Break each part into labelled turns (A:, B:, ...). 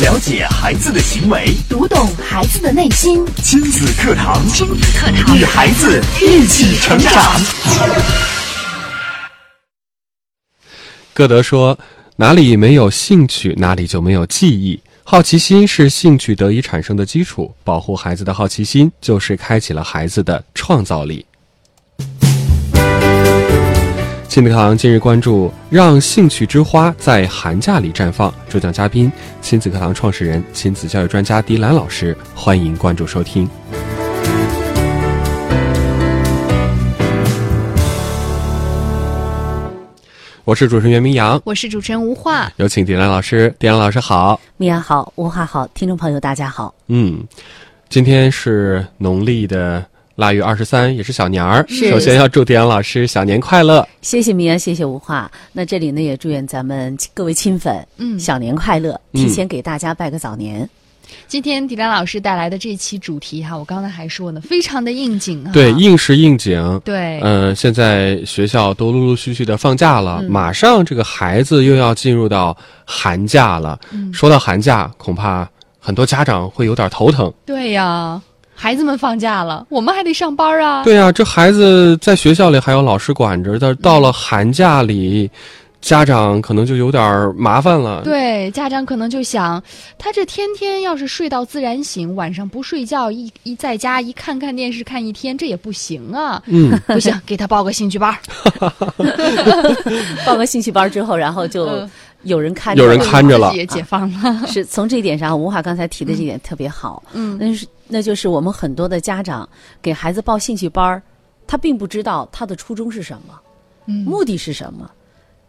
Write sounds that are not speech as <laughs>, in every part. A: 了解孩子的行为，
B: 读懂孩子的内心。
A: 亲子课堂，
B: 亲子课堂，
A: 与孩子一起成长。
C: 歌德说：“哪里没有兴趣，哪里就没有记忆。好奇心是兴趣得以产生的基础，保护孩子的好奇心，就是开启了孩子的创造力。”亲子课堂今日关注：让兴趣之花在寒假里绽放。主讲嘉宾：亲子课堂创始人、亲子教育专家迪兰老师。欢迎关注收听。我是主持人袁明阳，
D: 我是主持人吴化。
C: 有请迪兰老师。迪兰老师好，
E: 米娅好，文化好，听众朋友大家好。
C: 嗯，今天是农历的腊月二十三，也是小年儿。
E: 是
C: 首先要祝迪安老师小年快乐。
D: 啊
E: 谢谢米娅，谢谢文化。那这里呢，也祝愿咱们各位亲粉，
D: 嗯
E: 小年快乐！
C: 嗯
E: 提前给大家拜个早年。
D: 今天迪兰老师带来的这期主题哈，我刚才还说呢，非常的应景啊。
C: 对，应时应景。
D: 对，
C: 嗯，现在学校都陆陆续续的放假了，
D: 嗯
C: 马上这个孩子又要进入到寒假了。
D: 嗯
C: 说到寒假，恐怕很多家长会有点头疼。
D: 对呀、孩子们放假了，我们还得上班啊。
C: 对呀、这孩子在学校里还有老师管着，但是到了寒假里，家长可能就有点麻烦了。
D: 对家长可能就想，他这天天要是睡到自然醒，晚上不睡觉，一一在家一看看电视看一天，这也不行啊。
C: 嗯，
D: 不行，给他报个兴趣班儿。
E: 报个兴趣班之后，然后就
D: 嗯
E: 有人呃看，
C: 有人看着了
D: 自己也解放了。
E: 是从这一点上，文化刚才提的这点特别好。
D: 嗯
E: 那是那就是我们很多的家长给孩子报兴趣班儿，他并不知道他的初衷是什么，
D: 嗯
E: 目的是什么，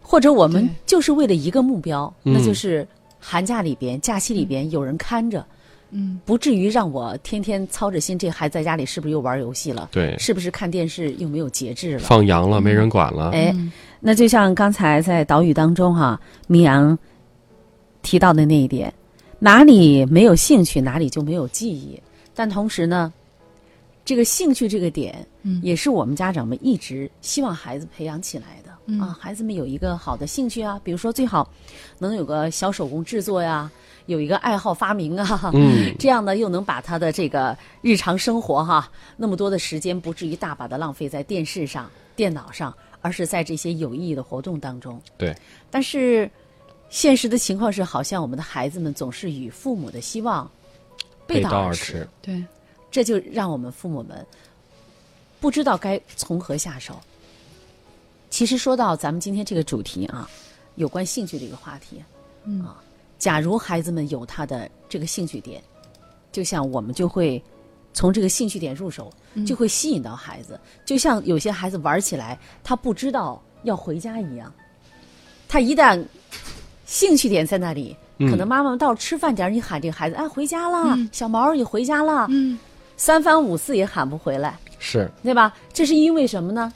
E: 或者我们
D: 对
E: 就是为了一个目标，
C: 嗯
E: 那就是寒假里边、假期里边有人看着。
D: 嗯，
E: 不至于让我天天操着心，这孩子在家里是不是又玩游戏了？
C: 对
E: 是不是看电视又没有节制了？
C: 放羊了，没人管了。
E: 哎，那就像刚才在岛屿当中哈、明阳提到的那一点，哪里没有兴趣，哪里就没有记忆。但同时呢，这个兴趣这个点，
D: 嗯
E: 也是我们家长们一直希望孩子培养起来的、
D: 嗯
E: 啊。孩子们有一个好的兴趣啊，比如说最好能有个小手工制作呀，有一个爱好发明啊，
C: 嗯，
E: <laughs> 这样呢，又能把他的这个日常生活哈，那么多的时间不至于大把的浪费在电视上、电脑上，而是在这些有意义的活动当中。
C: 对。
E: 但是，现实的情况是，好像我们的孩子们总是与父母的希望背道
C: 而
E: 驰，
C: 驰。
D: 对，
E: 这就让我们父母们不知道该从何下手。其实说到咱们今天这个主题啊，有关兴趣这个话题，
D: 嗯
E: 啊，假如孩子们有他的这个兴趣点，就像我们就会从这个兴趣点入手，
D: 嗯
E: 就会吸引到孩子。就像有些孩子玩起来，他不知道要回家一样，他一旦兴趣点在那里，
C: 嗯
E: 可能妈妈到吃饭点儿你喊这个孩子，哎，回家啦，小毛儿你回家啦，
D: 嗯，
E: 三番五次也喊不回来，
C: 是，
E: 对吧？这是因为什么呢？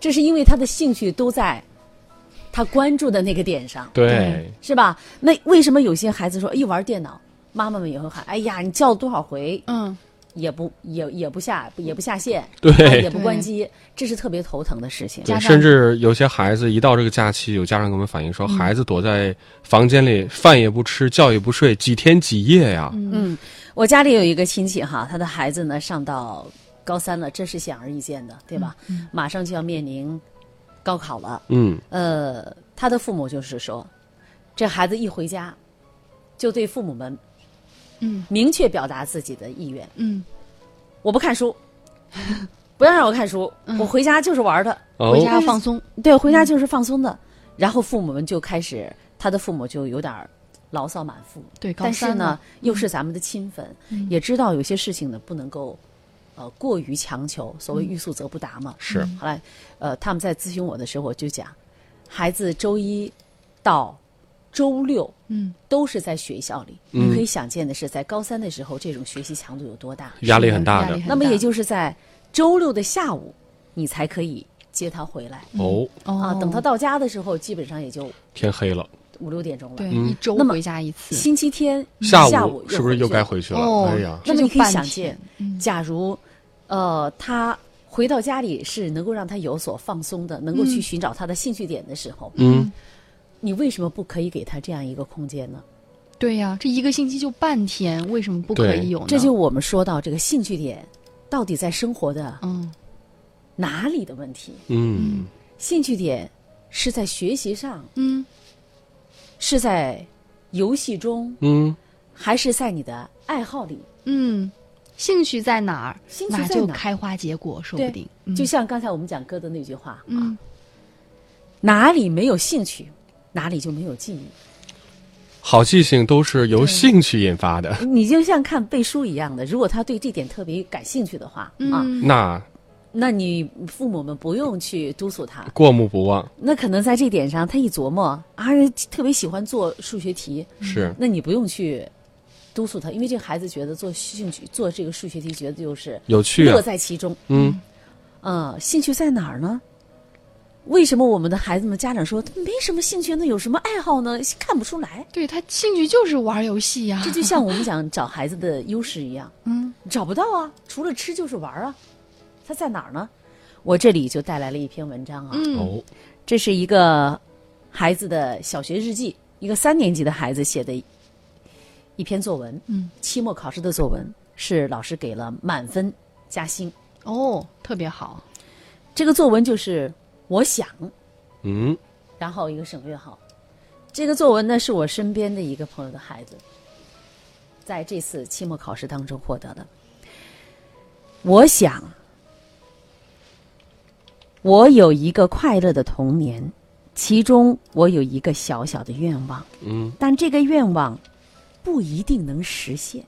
E: 这是因为他的兴趣都在他关注的那个点上，
C: 对，
E: 是吧？那为什么有些孩子说一玩电脑，妈妈们也会喊：“哎呀，你叫了多少回
D: 嗯，
E: 也不也也不下也不下线，
C: 对
E: 哎也不
D: 对
E: 关机，这是特别头疼的事情。
C: 对，
D: 家长
C: 甚至有些孩子一到这个假期，有家长给我们反映说，孩子躲在房间里，饭也不吃，觉也不睡，几天几夜呀。
E: 嗯，我家里有一个亲戚哈，他的孩子呢上到高三了，这是显而易见的，对吧？马上就要面临高考了，
C: 嗯，
E: 呃，他的父母就是说，这孩子一回家，就对父母们，
D: 嗯，
E: 明确表达自己的意愿，
D: 嗯，
E: 我不看书， <laughs> 不要让我看书，我回家就是玩儿的，
D: 回
C: 哦，
D: 家要放松。
E: 对，回家就是放松的。然后父母们就开始，他的父母就有点儿牢骚满腹，
D: 对，高
E: 但是
D: 三
E: 呢嗯
D: 了，，
E: 又是咱们的亲粉，也知道有些事情呢不能够，呃，过于强求。所谓欲速则不达嘛。
C: 是，
E: 后来，呃，他们在咨询我的时候，我就讲，孩子周一到周六
D: 嗯，
E: 都是在学校里，你
C: 嗯
E: 可以想见的是，在高三的时候，这种学习强度有多大。
C: 压力很大
D: 压力
C: 的
D: 很。
E: 那么也就是在周六的下午，你才可以接他回来
C: 哦，
D: 哦
E: 啊。等他到家的时候，基本上也就
C: 天黑了，
E: 五六点钟了。
D: 对一周
E: 那么
D: 回家一次，
E: 星期天
C: 下
E: 嗯午
C: 午是不是又
E: 去
C: 该
E: 了
C: 回去了？
D: 哦，
C: 哎呀，
E: 那
D: 这
E: 么
D: 就
E: 你可以
D: 半
E: 想
D: 天嗯
E: 见，假如，呃，他回到家里是能够让他有所放松的，能够去寻找他的兴趣点的时候，
C: 嗯，
E: 你为什么不可以给他这样一个空间呢？
D: 对呀、这一个星期就半天，为什么不可
C: 对
D: 以有呢？
E: 这就我们说到这个兴趣点到底在生活的
D: 嗯
E: 哪里的问题。
C: 嗯
E: 兴趣点是在学习上，
D: 嗯
E: 是在游戏中，
C: 嗯
E: 还是在你的爱好里？
D: 嗯，兴趣在哪儿，
E: 兴趣
D: 哪
E: 在
D: 就
E: 哪儿
D: 开花结果，说不定。嗯
E: 就像刚才我们讲歌的那句话啊，
D: 嗯
E: 哪里没有兴趣，哪里就没有记忆。
C: 好记性都是由兴趣引发的，
E: 你就像看背书一样的，如果他对这点特别感兴趣的话、啊，
D: 嗯
C: 那
E: 那你父母们不用去督促他，
C: 过目不忘
E: 那可能在这点上他一琢磨啊，特别喜欢做数学题，
C: 是。
E: 那你不用去督促他，因为这个孩子觉得做兴趣做这个数学题，觉得就是
C: 有趣啊
E: 乐在其中。
C: 嗯
E: 嗯，兴趣在哪儿呢？为什么我们的孩子们家长说没什么兴趣，那有什么爱好呢？看不出来。
D: 对他兴趣就是玩游戏呀、
E: 这就像我们讲找孩子的优势一样， <laughs>
D: 嗯，
E: 找不到啊，除了吃就是玩啊，他在哪儿呢？我这里就带来了一篇文章啊，
D: 嗯
C: 哦
E: 这是一个孩子的小学日记，一个三年级的孩子写的一篇作文，
D: 嗯，
E: 期末考试的作文是老师给了满分加薪。
D: 哦，特别好。
E: 这个作文就是我想，
C: 嗯
E: 然后一个省略号。这个作文呢，是我身边的一个朋友的孩子，在这次期末考试当中获得的。我想，我有一个快乐的童年，其中我有一个小小的愿望，
C: 嗯
E: 但这个愿望不一定能实现。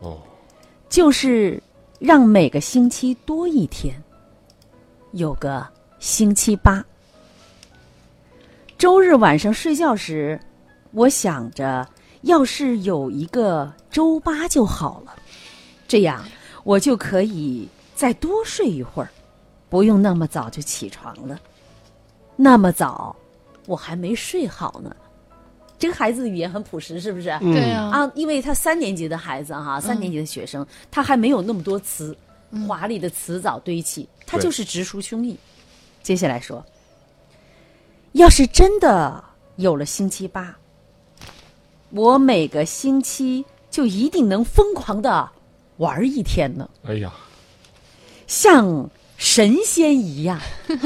C: 哦
E: 就是让每个星期多一天，有个星期八。周日晚上睡觉时，我想着，要是有一个周八就好了，这样我就可以再多睡一会儿，不用那么早就起床了。那么早，我还没睡好呢。这个孩子的语言很朴实，是不是？
C: 嗯
D: 对呀、
E: 啊，因为他三年级的孩子哈、三年级的学生，他还没有那么多词，华丽的词藻堆砌，他
C: 嗯对
E: 就是直抒胸臆。接下来说，要是真的有了星期八，我每个星期就一定能疯狂的玩一天呢，
C: 哎呀
E: 像神仙一样。 <laughs>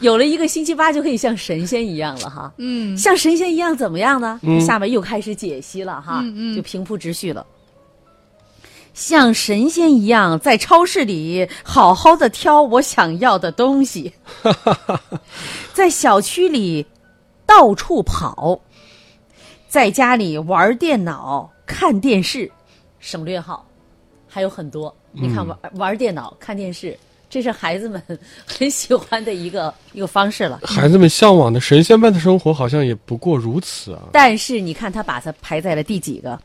E: 有了一个星期八，就可以像神仙一样了哈。
D: 嗯
E: 像神仙一样怎么样呢？
C: 嗯
E: 下面又开始解析了哈，
D: 嗯嗯
E: 就平铺直叙了。像神仙一样，在超市里好好的挑我想要的东
D: <laughs>
E: 西，在小区里到处跑，在家里玩电脑、看电视，省略号，还有很多。你
D: 嗯
E: 看玩、玩电脑、看电视，这是孩子们很喜欢的一个一个方式了。
C: 孩子们向往的神仙般的生活好像也不过如此啊
E: 但是你看他把他排在了第几个？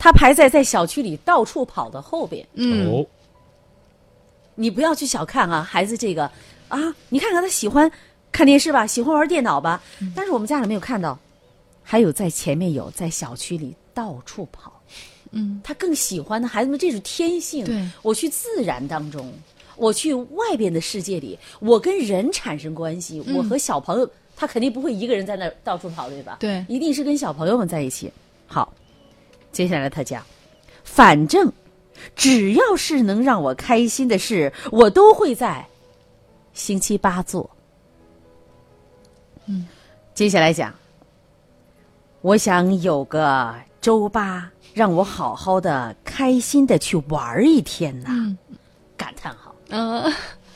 E: 他排在在小区里到处跑的后边。
D: 嗯
C: 哦
E: 你不要去小看啊，孩子这个啊，你看看他喜欢看电视吧，喜欢玩电脑吧，
D: 嗯
E: 但是我们家长没有看到，还有在前面有在小区里到处跑，
D: 嗯，
E: 他更喜欢的孩子们这是天性。
D: 对，
E: 我去自然当中，我去外边的世界里，我跟人产生关系，
D: 嗯
E: 我和小朋友，他肯定不会一个人在那儿到处跑，对吧？
D: 对
E: 一定是跟小朋友们在一起。好，接下来他讲，反正只要是能让我开心的事，我都会在星期八做。嗯，接下来讲，我想有个周八，让我好好的、开心的去玩儿一天呐！
D: 嗯
E: 感叹号，
D: 呃，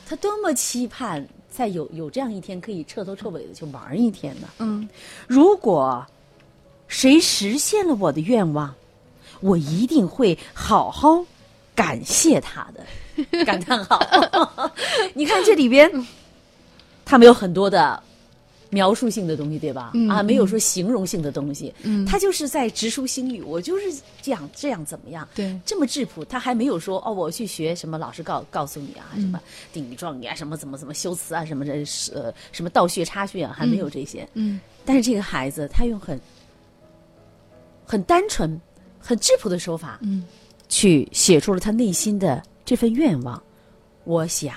E: 他多么期盼在有有这样一天，可以彻头彻尾的去玩儿一天呢！
D: 嗯
E: 如果谁实现了我的愿望，我一定会好好感谢他
D: <laughs>
E: 的。感叹号！ <laughs> 你看这里边，
D: 嗯
E: 他们有很多的描述性的东西，对吧？
D: 嗯
E: 啊，
D: 嗯
E: 没有说形容性的东西，
D: 嗯
E: 他就是在直抒心语。我就是这样，这样怎么样？
D: 对
E: 这么质朴，他还没有说哦，我去学什么，老师告告诉你啊，
D: 嗯
E: 什么顶撞你啊，什么怎么怎么修辞啊，什么这是呃什么倒叙插叙啊，还没有这些。
D: 嗯
E: 但是这个孩子他用很很单纯、很质朴的手法，
D: 嗯，
E: 去写出了他内心的这份愿望。我想，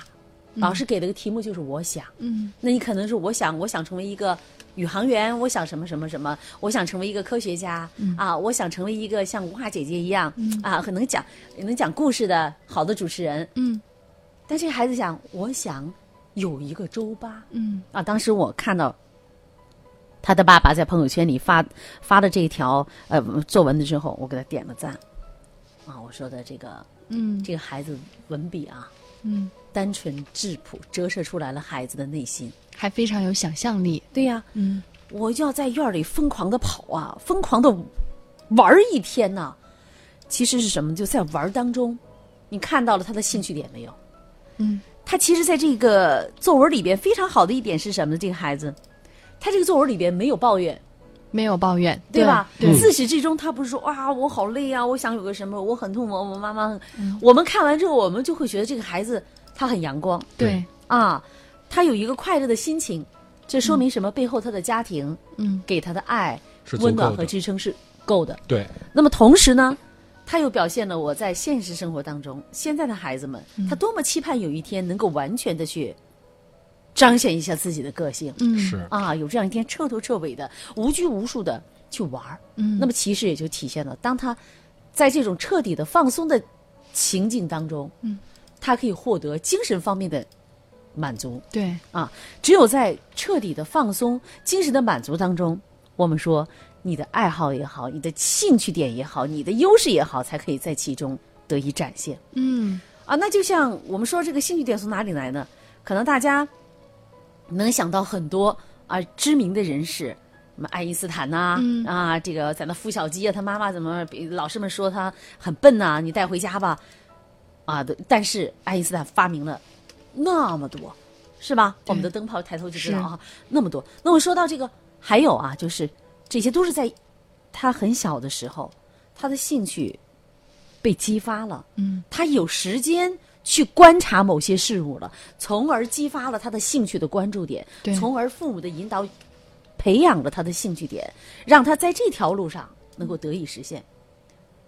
E: 老师给了个题目就是我想，
D: 嗯
E: 那你可能是我想，我想成为一个宇航员，我想什么什么什么，我想成为一个科学家、啊，我想成为一个像吴华姐姐一样、啊，很能讲能讲故事的好的主持人。
D: 嗯
E: 但这个孩子想，我想有一个周八
D: 嗯
E: 啊。当时我看到他的爸爸在朋友圈里发发的这条呃作文的时候，我给他点了赞啊，我说的这个
D: 嗯
E: 这个孩子文笔啊，
D: 嗯，
E: 单纯质朴，折射出来了孩子的内心。
D: 还非常有想象力。
E: 对呀、
D: 嗯
E: 我就要在院儿里疯狂的跑啊，疯狂的玩儿一天呐、其实是什么？就在玩儿当中，你看到了他的兴趣点没有？
D: 嗯，
E: 他其实在这个作文里边非常好的一点是什么呢？这个孩子，他这个作文里边没有抱怨，
D: 没有抱怨，
E: 对吧？
D: 对，
E: 自始至终，他不是说啊，我好累啊，我想有个什么，我很痛苦，我妈妈很。我们看完之后，我们就会觉得这个孩子他很阳光
D: 对，
E: 啊，他有一个快乐的心情，这说明什么？背后他的家庭
D: 嗯
E: 给他的爱、
C: 是足
E: 温暖
C: 够
E: 和
C: 的
E: 支撑是够的。
C: 对，
E: 那么同时呢，他又表现了我在现实生活当中，现在的孩子们，他多么期盼有一天能够完全的去彰显一下自己的个性、
D: 嗯，
C: 是
E: 啊，有这样一天彻头彻尾的、无拘无束的去玩儿。
D: 嗯
E: 那么其实也就体现了，当他在这种彻底的放松的情境当中，嗯，他可以获得精神方面的满足。
D: 对，
E: 啊，只有在彻底的放松、精神的满足当中，我们说你的爱好也好，你的兴趣点也好，你的优势也好，才可以在其中得以展现
D: 嗯
E: 啊。那就像我们说这个兴趣点从哪里来呢？可能大家能想到很多啊知名的人士。什么爱因斯坦呐、啊，
D: 嗯
E: 这个咱的付小鸡啊，他妈妈怎么老师们说他很笨呐、你带回家吧，啊，但是爱因斯坦发明了那么多，是吧？我们的灯泡抬头就知道啊，那么多。那我说到这个，还有啊，就是这些都是在他很小的时候，他的兴趣被激发了，
D: 嗯，
E: 他有时间去观察某些事物了，从而激发了他的兴趣的关注点，
D: 对
E: 从而父母的引导培养了他的兴趣点，让他在这条路上能够得以实现。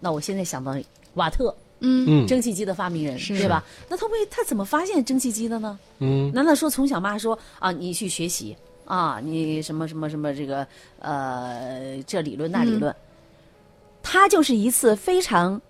E: 那我现在想到瓦特，
D: 嗯
C: 嗯
E: 蒸汽机的发明人，
D: 是
E: 对吧？那他为他怎么发现蒸汽机的呢？
C: 嗯，
E: 难道说从小妈说啊，你去学习啊，你什么什么什么这个呃这理
C: 嗯
E: 论那理论？他就是一次非常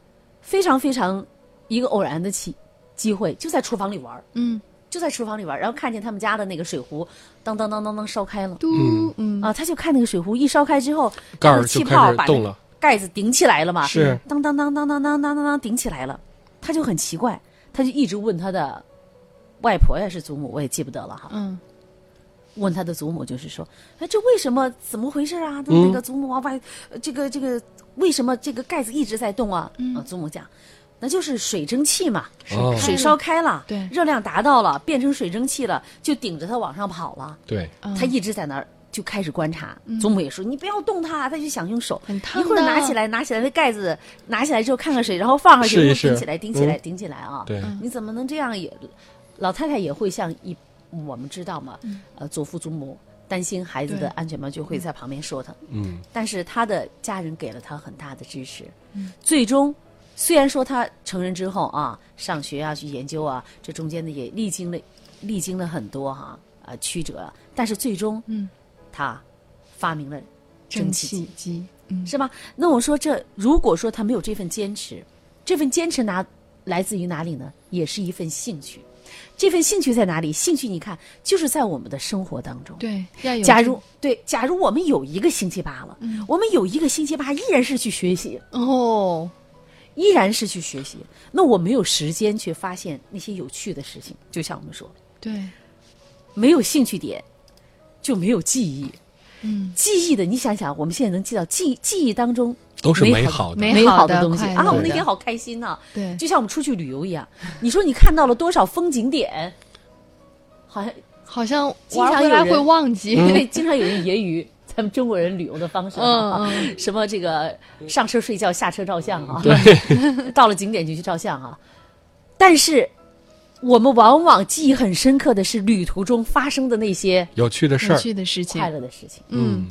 E: 非常非常一个偶然的机机会，就在厨房里玩儿
D: 嗯，
E: 就在厨房里玩儿然后看见他们家的那个水壶当当当当当烧开了。
D: 嘟，嗯
E: 啊，他就看那个水壶一烧开之后，
C: 盖
E: 那
C: 儿
E: 个
C: 就
E: 嗯气
C: 开
E: 泡
C: 始
E: 把那
C: 动
E: 个
C: 了，
E: 盖子顶起来了嘛，
C: 是
E: 当当当当当当当当当顶起来了，他就很奇怪，他就一直问他的外婆呀，是祖母，我也记不得了哈，
D: 嗯
E: 问他的祖母就是说，哎，这为什么怎么回事啊？那
C: 嗯
E: 那个祖母啊，外呃这个这个为什么这个盖子一直在动啊？啊，祖母讲，那就是水蒸气嘛，
C: 哦，
E: 水烧开了，
D: 对
E: 热量达到了，变成水蒸气了，就顶着它往上跑了。
C: 对，
D: 嗯
E: 他一直在那儿就开始观察。祖母也说：“你不要动它，他就想用手，
D: 很烫
E: 一会儿
D: 的
E: 拿起来，拿起来那盖子，拿起来之后看看水，然后放上去，
C: 试一
E: 然后
C: 试
E: 顶起来，顶起来，
C: 嗯
E: 顶起来啊！
C: 对
E: 你怎么能这样也？老太太也会像一，我们知道嘛，呃，祖父祖母担心孩子的
D: 嗯对
E: 安全嘛，就会在旁边说他。
C: 嗯，
E: 但是他的家人给了他很大的支持，最终。”虽然说他成人之后啊，上学啊，去研究啊，这中间呢也历经了历经了很多哈啊、呃曲折啊，但是最终
D: 嗯，
E: 他发明了蒸
D: 蒸
E: 汽
D: 汽
E: 机，
D: 机，嗯
E: 是吧？那我说这，如果说他没有这份坚持，这份坚持拿来自于哪里呢？也是一份兴趣。这份兴趣在哪里？兴趣你看，就是在我们的生活当中。
D: 对，要有嗯
E: 假
D: 这
E: 如对，假如我们有一个星期八了，我们有一个星期八依然是去学习，
D: 哦，
E: 依然是去学习，那我没有时间去发现那些有趣的事情。就像我们说，
D: 对，
E: 没有兴趣点，就没有记忆。
D: 嗯，
E: 记忆的，你想想，我们现在能记到记记忆当中
C: 都是
E: 美
C: 美好
E: 好的
C: 的，
D: 美
E: 美好
D: 的
E: 东西
D: 快
E: 啊！
D: 乐
E: 我那
D: 的
E: 天好开心呐、
D: 对，
E: 就像我们出去旅游一样。你说你看到了多少风景点？好像
D: 好像
E: 经
D: 玩
E: 常
D: 回
E: 有
D: 来
E: 人嗯
D: 会忘记，
E: 因
D: <laughs>
E: 为经常有人揶揄咱们中国人旅游的方式、啊，
D: 嗯
E: 什么这个上车睡觉，下车照相啊，
C: 对，
E: 到了景点就去照相啊。但是我们往往记忆很深刻的是旅途中发生的那些
C: 有趣的事
D: 有
C: 儿，
D: 趣的事情
E: 快，乐的事情。
D: 嗯，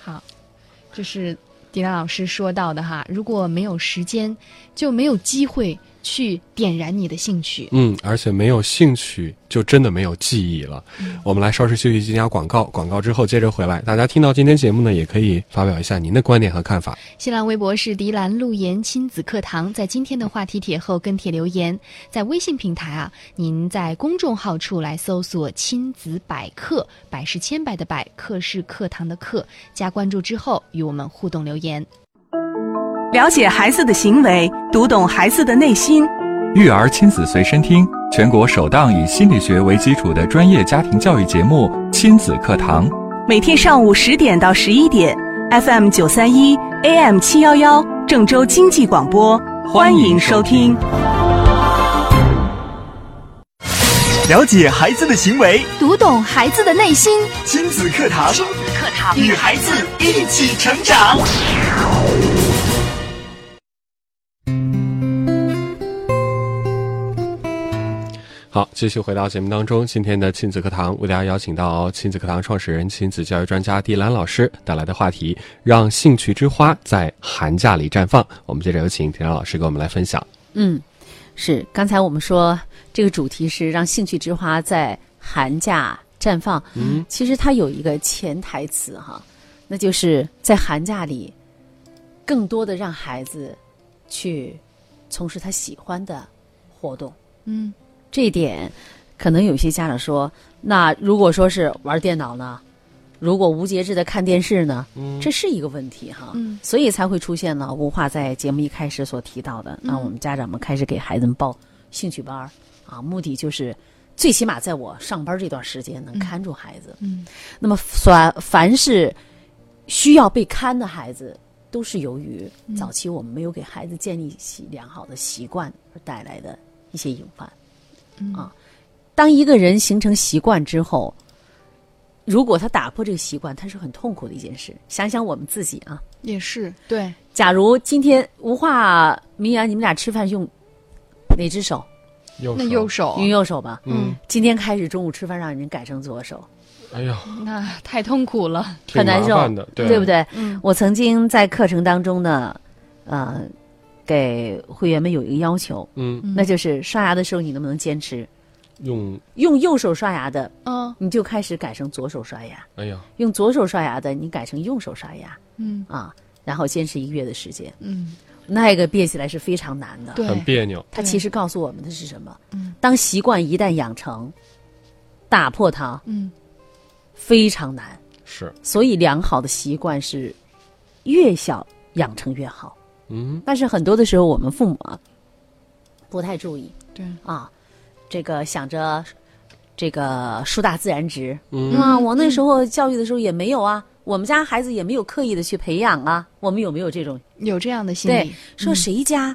D: 好，这是迪娜老师说到的哈，如果没有时间，就没有机会去点燃你的兴趣。
C: 嗯，而且没有兴趣就真的没有记忆了。
E: 嗯
C: 我们来稍事休息，进家广告，广告之后接着回来。大家听到今天节目呢，也可以发表一下您的观点和看法。
D: 新浪微博是迪兰路言亲子课堂，在今天的话题帖后跟帖留言，在微信平台啊，您在公众号处来搜索“亲子百科”，百是千百的百，课是课堂的课，加关注之后与我们互动留言。
F: 了解孩子的行为，读懂孩子的内心。
G: 育儿亲子随身听，全国首档以心理学为基础的专业家庭教育节目《亲子课堂》。
F: 每天上午十点到十一点，FM 九三一，AM 七幺幺，郑州经济广播，欢迎收听。
A: 了解孩子的行为，
B: 读懂孩子的内心。
A: 亲子课堂，
B: 亲子课堂，
A: 与孩子一起成长。
C: 好，继续回到节目当中，今天的亲子课堂为大家邀请到亲子课堂创始人、亲子教育专家蒂兰老师带来的话题：让兴趣之花在寒假里绽放。我们接着有请蒂兰老师给我们来分享。
E: 嗯，是。刚才我们说这个主题是让兴趣之花在寒假绽放。嗯，其实它有一个潜台词哈，那就是在寒假里，更多的让孩子去从事他喜欢的活动。
D: 嗯，
E: 这一点，可能有些家长说，那如果说是玩电脑呢，如果无节制的看电视呢，这是一个问题哈。
D: 嗯
E: 所以才会出现了吴话在节目一开始所提到的，那我们家长们开始给孩子们报兴趣班儿啊，目的就是。最起码在我上班这段时间能看住孩子。
D: 嗯，
E: 那么凡凡是需要被看的孩子，都是由于早期我们没有给孩子建立起良好的习惯而带来的一些隐患。啊，当一个人形成习惯之后，如果他打破这个习惯，他是很痛苦的一件事。想想我们自己啊，
D: 也是对，
E: 假如今天吴话、明阳，你们俩吃饭用哪只手？
C: 右
D: 那右手，
E: 用右手吧。
C: 嗯，
E: 今天开始中午吃饭让人改成左手，
C: 哎呀，
D: 那太痛苦了。
C: 挺
E: 很难
C: 麻
E: 受
C: 烦的，
E: 不？对？
D: 嗯
E: 我曾经在课程当中呢，呃，给会员们有一个要求，
C: 嗯，
E: 那就是刷牙的时候你能不能坚持
C: 用，
E: 用右手刷牙的，
D: 嗯
E: 你就开始改成左手刷牙；
C: 哎呀，
E: 用左手刷牙的，你改成用手刷牙
D: 嗯
E: 啊。然后坚持一个月的时间，
D: 嗯，
E: 那个变起来是非常难的。
D: 对
C: 很，别扭。
E: 它
D: 对
E: 其实告诉我们的是什么？
D: 嗯
E: 当习惯一旦养成，打破它
D: 嗯
E: 非常难。
C: 是，
E: 所以，良好的习惯是越小养成越好。
C: 嗯，
E: 但是很多的时候，我们父母啊不太注意
D: 对，
E: 啊，这个想着这个树大自然直，
C: 嗯
E: 啊，我那时候教育的时候也没有啊，我们家孩子也没有刻意的去培养啊，我们有没有这种
D: 有这样的心
E: 对
D: 理，？
E: 说谁家，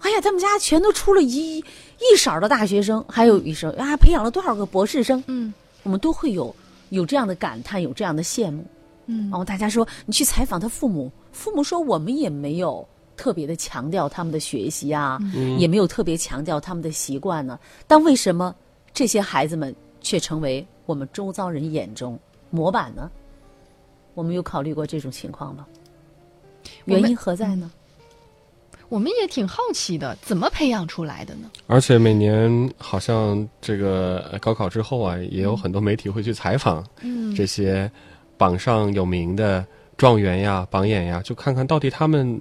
E: 哎呀，他们家全都出了一一色儿的大学生，还有一说啊，培养了多少个博士生，
D: 嗯
E: 我们都会有有这样的感叹，有这样的羡慕。
D: 嗯
E: 然后大家说，你去采访他父母，父母说我们也没有特别的强调他们的学习啊，
D: 嗯
C: 嗯
E: 也没有特别强调他们的习惯呢、但为什么这些孩子们却成为我们周遭人眼中模板呢？我们有考虑过这种情况吗？
D: 我们嗯
E: 原因何在呢？
D: 我们也挺好奇的，怎么培养出来的呢？
C: 而且每年好像这个呃高考之后啊，也有很多媒体会去采访，嗯，这些榜上有名的状元呀、榜眼呀，就看看到底他们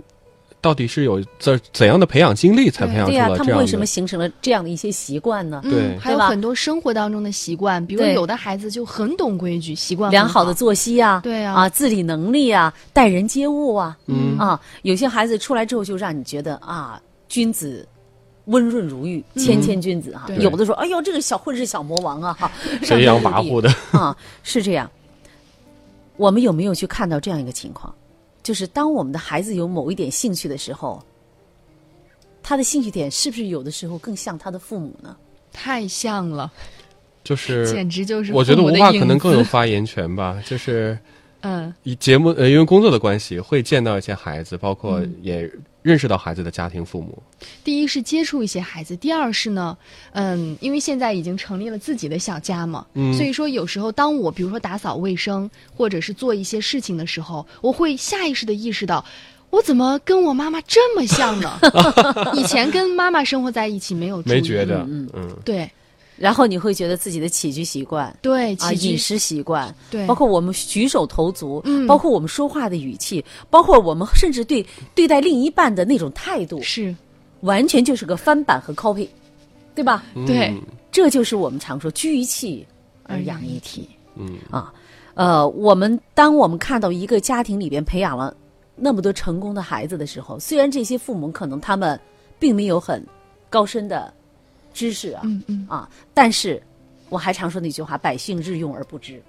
C: 到底是有怎怎样的培养经历才培养
E: 对
C: 出
E: 呀、
C: 了
E: 他
C: 这
E: 们
C: 样
E: 为什么
C: 的。
E: 形成了这样的一些习惯呢？
C: 对
D: 嗯，还有
E: 对吧
D: 很多生活当中的习惯，比如
E: 对
D: 有的孩子就很懂规矩，习嗯惯很
E: 良好的作息啊，
D: 对啊
E: 啊，自理能力啊，待人接物啊，
C: 嗯
E: 啊，有些孩子出来之后就让你觉得啊，君子温润如玉，谦谦君子哈、
D: 嗯对
E: 有的说，哎呦，这个小混世小魔王啊，哈，上
C: 飞
E: 天
C: 扬
E: 入
C: 跋
E: 地
C: 扈的，
E: 啊，是这样。我们有没有去看到这样一个情况？就是当我们的孩子有某一点兴趣的时候，他的兴趣点是不是有的时候更像他的父母呢？
D: 太像了，
C: 就是
D: 简直就是
C: 我觉得
D: 父母
C: 吴
D: 的
C: 话
D: 影
C: 可能更有
D: 子
C: 发言权吧，就是
D: 嗯
C: 以节目呃，因为工作的关系，会见到一些孩子，包括也认识到孩子的家庭父母。
D: 第一是接触一些孩子，第二是呢，嗯，因为现在已经成立了自己的小家嘛，
C: 嗯
D: 所以说有时候当我比如说打扫卫生或者是做一些事情的时候，我会下意识的意识到。我怎么跟我妈妈这么像
C: <laughs>
D: 呢？以前跟妈妈生活在一起没有注意
C: 没觉得，
E: 嗯
C: 嗯，
D: 对
E: 然后你会觉得自己的起居习惯。
D: 对，
E: 啊，
D: 起居
E: 饮食习惯，
D: 对
E: 包括我们举手投足，
D: 嗯
E: 包括我们说话的语气，包括我们甚至对对待另一半的那种态度，
D: 是
E: 完全就是个翻版和 copy，对吧？
D: 对
C: 嗯
E: 这就是我们常说居一气而养一体。
C: 嗯
E: 啊，呃，我们当我们看到一个家庭里边培养了那么多成功的孩子的时候，虽然这些父母可能他们并没有很高深的知识啊，
D: 嗯嗯
E: 啊，但是我还常说那句话：“百姓日用而不知。”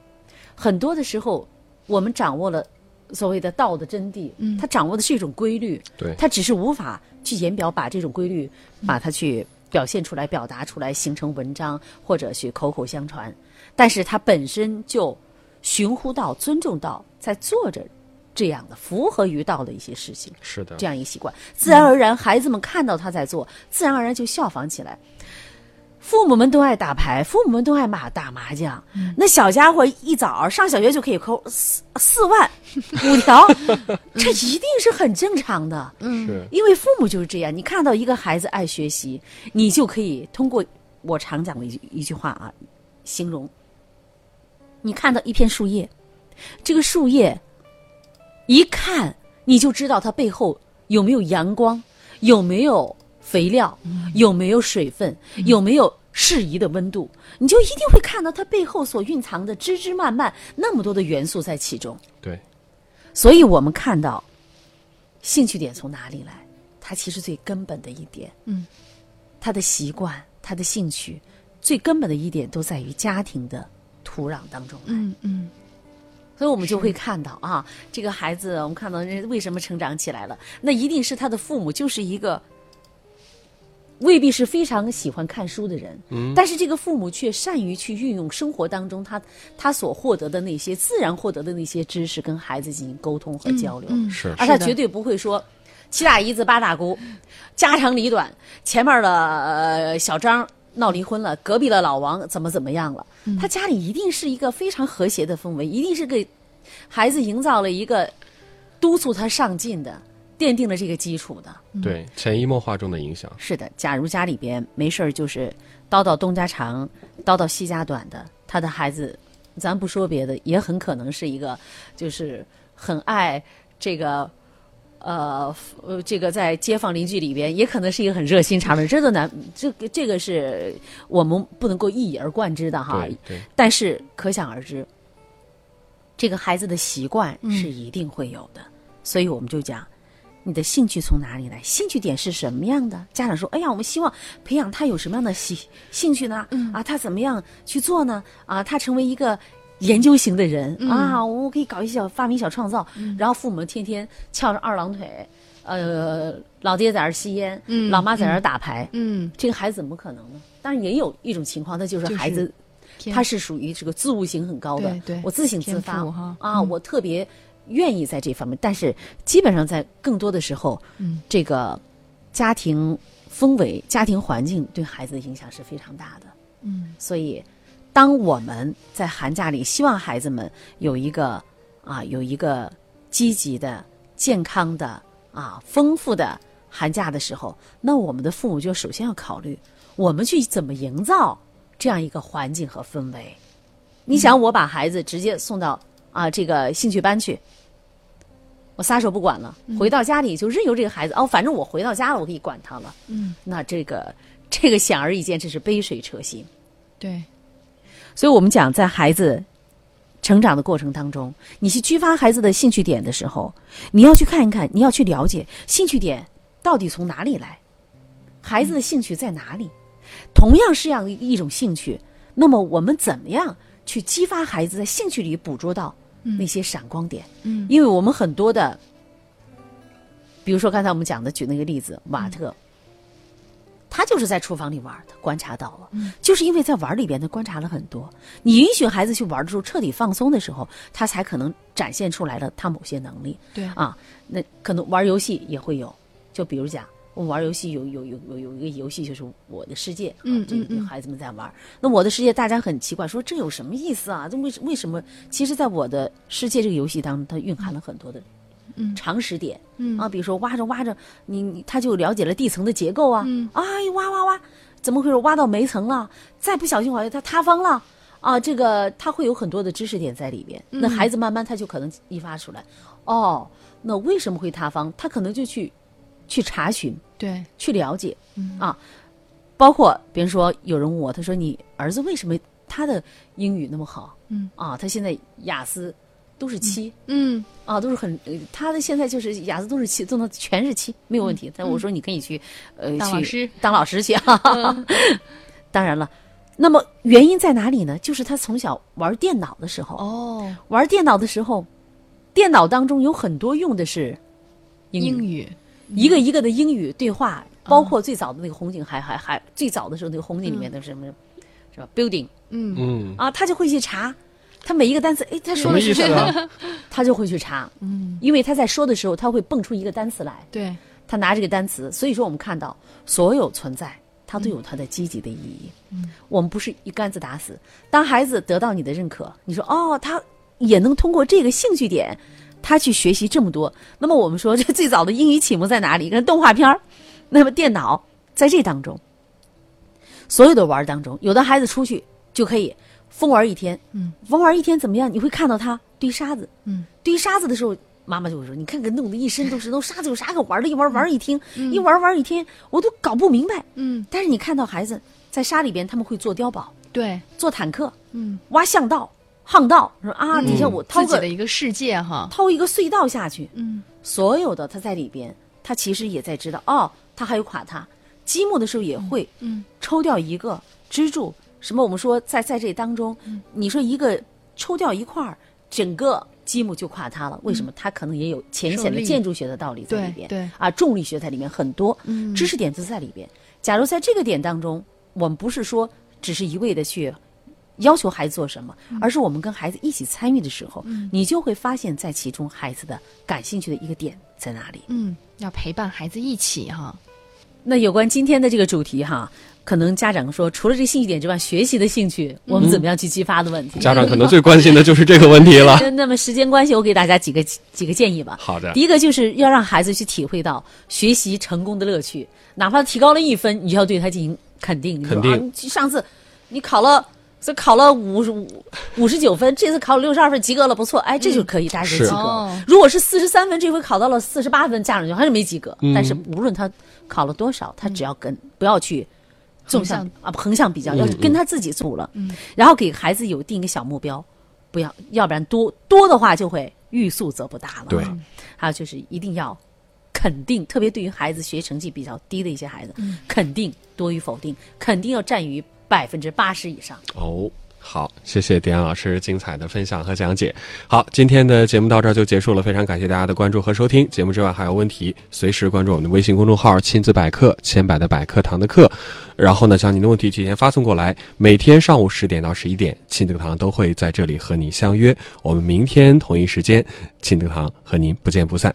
E: 很多的时候，我们掌握了所谓的道的真谛，
D: 嗯
E: 他掌握的是一种规律，
C: 对
E: 他只是无法去言表把这种规律把它去表现出来、表达出来，形成文章或者去口口相传，但是他本身就寻乎道、尊重道，在做着这样的符合于道的一些事情。
C: 是的
E: 这，样一个习惯，自然而然孩子们看到他在做，自然而然就效仿起来。父母们都爱打牌，父母们都爱打打麻将。那小家伙一早上小学就可以扣四四万五条，这一定是很正常的，
C: 是
E: 因为父母就是这样。你看到一个孩子爱学习，你就可以通过我常讲的一句一句话啊，形容。你看到一片树叶，这个树叶一看你就知道它背后有没有阳光，有没有肥料，有没有水分，有没有适宜的温度，你就一定会看到它背后所蕴藏的枝枝蔓蔓那么多的元素在其中。
C: 对，
E: 所以我们看到兴趣点从哪里来，它其实最根本的一点，
D: 嗯，
E: 他的习惯、他的兴趣，最根本的一点都在于家庭的土壤当中。
D: 嗯嗯
E: 所以我们就会看到啊，这个孩子，我们看到人为什么成长起来了，那一定是他的父母就是一个未必是非常喜欢看书的人，嗯，但是这个父母却善于去运用生活当中他他所获得的那些自然获得的那些知识，跟孩子进行沟通和交流，
D: 嗯
C: 是
E: 而他
D: 是的
E: 绝对不会说七大姨子八大姑，家长里短，前面的、呃、小张闹离婚了，隔壁的老王怎么怎么样了，
D: 嗯
E: 他家里一定是一个非常和谐的氛围，一定是给孩子营造了一个督促他上进的，奠定了这个基础的。
C: 对潜移默化中的影响，
E: 是的，假如家里边没事儿就是叨叨东家长，叨叨西家短的，他的孩子，咱不说别的，也很可能是一个就是很爱这个。呃，呃，这个在街坊邻居里边，也可能是一个很热心肠的人，这都难，这个这个是我们不能够一以而贯之的哈。
C: 对对，
E: 但是可想而知，这个孩子的习惯是一定会有的。所以我们就讲，你的兴趣从哪里来？兴趣点是什么样的？家长说：“哎呀，我们希望培养他有什么样的兴兴趣呢？啊，他怎么样去做呢？啊，他成为一个。”研究型的人、啊，我可以搞一些小发明、小创造，然后父母天天翘着二郎腿，呃，老爹在那儿吸烟，
D: 嗯
E: 老妈在那儿打牌，
D: 嗯，
E: 这个孩子怎么可能呢？当然也有一种情况，那就是
D: 就是
E: 孩子
D: 天
E: 他是属于这个自悟性很高的，
D: 对对
E: 我自省自发
D: 天赋哈嗯
E: 啊，我特别愿意在这方面，但是基本上在更多的时候，
D: 嗯，
E: 这个家庭氛围、家庭环境对孩子的影响是非常大的，
D: 嗯，
E: 所以当我们在寒假里希望孩子们有一个啊有一个积极的、健康的啊丰富的寒假的时候，那我们的父母就首先要考虑我们去怎么营造这样一个环境和氛围。你想，我把孩子直接送到啊这个兴趣班去，我撒手不管了，回到家里就任由这个孩子哦，反正我回到家了，我可以管他了。
D: 嗯，
E: 那这个这个显而易见，这是杯水车薪。
D: 对，
E: 所以我们讲，在孩子成长的过程当中，你去激发孩子的兴趣点的时候，你要去看一看，你要去了解兴趣点到底从哪里来，孩子的兴趣在哪里。同样是这样一种兴趣，那么我们怎么样去激发孩子在兴趣里捕捉到那些闪光点？
D: 嗯
E: 因为我们很多的，比如说刚才我们讲的举那个例子，瓦特。他就是在厨房里玩儿的，观察到了，就是因为在玩儿里边，他观察了很多。你允许孩子去玩儿的时候，彻底放松的时候，他才可能展现出来了他某些能力。
D: 对
E: 啊，那可能玩儿游戏也会有，就比如讲，我玩儿游戏有有有有有一个游戏就是《我的世界》啊，
D: 嗯
E: 这个
D: 嗯嗯
E: 孩子们在玩儿。那《我的世界》大家很奇怪，说这有什么意思啊？这为什为什么？其实，在《我的世界》这个游戏当中，它蕴含了很多的
D: 嗯
E: 常识点。
D: 嗯
E: 啊，比如说挖着挖着，你你他就了解了地层的结构啊，
D: 嗯
E: 哎挖挖挖，怎么回事？挖到煤层了，再不小心好像它塌方了。啊，这个他会有很多的知识点在里边，那孩子慢慢他就可能一发出来，哦，那为什么会塌方？他可能就去去查询，
D: 对，
E: 去了解、啊。包括别人说有人问我，他说你儿子为什么他的英语那么好？
D: 嗯
E: 啊，他现在雅思都是七、
D: 嗯
E: 啊，都是很、呃他的现在就是雅思都是七，都能全是七，没有问题。但我说你可以去呃
D: 嗯当
E: 去
D: 老师嗯
E: 当老师去啊。 <laughs> 当然了，那么原因在哪里呢？就是他从小玩电脑的时候，
D: 哦，
E: 玩电脑的时候，电脑当中有很多用的是英语。
D: 英语嗯
E: 一个一个的英语对话，包括最早的那个红警，还还还最早的时候那个红警里面的什么，是吧？building
D: 嗯
C: 嗯，
E: 啊，他就会去查，他每一个单词，哎，他说的是这
C: 什
D: 啊
C: 么意
E: 个， <laughs> 他就会去查，
D: 嗯，
E: 因为他在说的时候，他会蹦出一个单词来，
D: 对，
E: 他拿这个单词，所以说我们看到所有存在，它都有它的积极的意义。嗯，我们不是一竿子打死。当孩子得到你的认可，你说哦，他也能通过这个兴趣点，他去学习这么多。那么我们说，这最早的英语启蒙在哪里？跟动画片儿，那么电脑在这当中，所有的玩儿当中，有的孩子出去就可以疯玩一天。
D: 嗯，
E: 疯玩一天怎么样？你会看到他堆沙子。
D: 嗯，
E: 堆沙子的时候，妈妈就会说：“你看看弄得一身都是，都沙子有啥可玩的？一玩玩一天，一玩玩一天，我都搞不明白。”
D: 嗯
E: 但是你看到孩子在沙里边，他们会做碉堡、
D: 对，
E: 做坦克、
D: 嗯，
E: 挖巷道、巷道，说啊，底下我掏
D: 自己
E: 个
D: 的一个世界哈，
E: 掏一个隧道下去，
D: 嗯
E: 所有的他在里边，他其实也在知道哦，他还有垮塌。积木的时候也会，
D: 嗯
E: 抽掉一个支柱，什么我们说在在这当中，
D: 嗯
E: 你说一个抽掉一块儿，整个积木就垮塌了。为什么？它可能也有浅
D: 嗯
E: 显
D: 受
E: 的
D: 力
E: 建筑学的道理在里边，
D: 对对
E: 啊，重力学在里面很多
D: 嗯
E: 知识点都在里边。假如在这个点当中，我们不是说只是一味的去。要求孩子做什么，
D: 嗯
E: 而是我们跟孩子一起参与的时候，你就会发现，在其中孩子的感兴趣的一个点在哪里。
D: 嗯，要陪伴孩子一起哈，
E: 那有关今天的这个主题哈，可能家长说，除了这兴趣点之外，学习的兴趣，我们怎么样去激发的问题？
C: 家长可能最关心的就是这个问题了。
E: 那那么时间关系，我给大家几个几个建议吧。
C: 好的
E: 第一个就是要让孩子去体会到学习成功的乐趣，哪怕提高了一分，你就要对他进行肯定。你说
C: 肯定
E: 啊你上次你考了。这考了五十五五十九分，这次考了六十二分，及格了，不错，哎，这就可以，大家就是及格了。
D: 嗯哦
E: 如果是四十三分，这回考到了四十八分，家长就还是没及
C: 嗯
E: 格。但是无论他考了多少，他只要跟、不要去纵向
D: 横嗯
E: 啊横向比较，
C: 嗯
E: 要跟他自己组了，然后给孩子有定一个小目标，不要，要不然多多的话就会欲速则不达了。
C: 对
E: 啊，还有就是一定要肯定，特别对于孩子学习成绩比较低的一些孩子，肯定多于否定，肯定要占于百分之八十以上。
C: 哦，好，谢谢迪安老师精彩的分享和讲解。好，今天的节目到这儿就结束了，非常感谢大家的关注和收听。节目之外还有问题，随时关注我们的微信公众号“亲子百科”，千百的百课堂的课。然后呢，将您的问题提前发送过来，每天上午十点到十一点，亲子课堂都会在这里和你相约。我们明天同一时间，亲子课堂和您不见不散。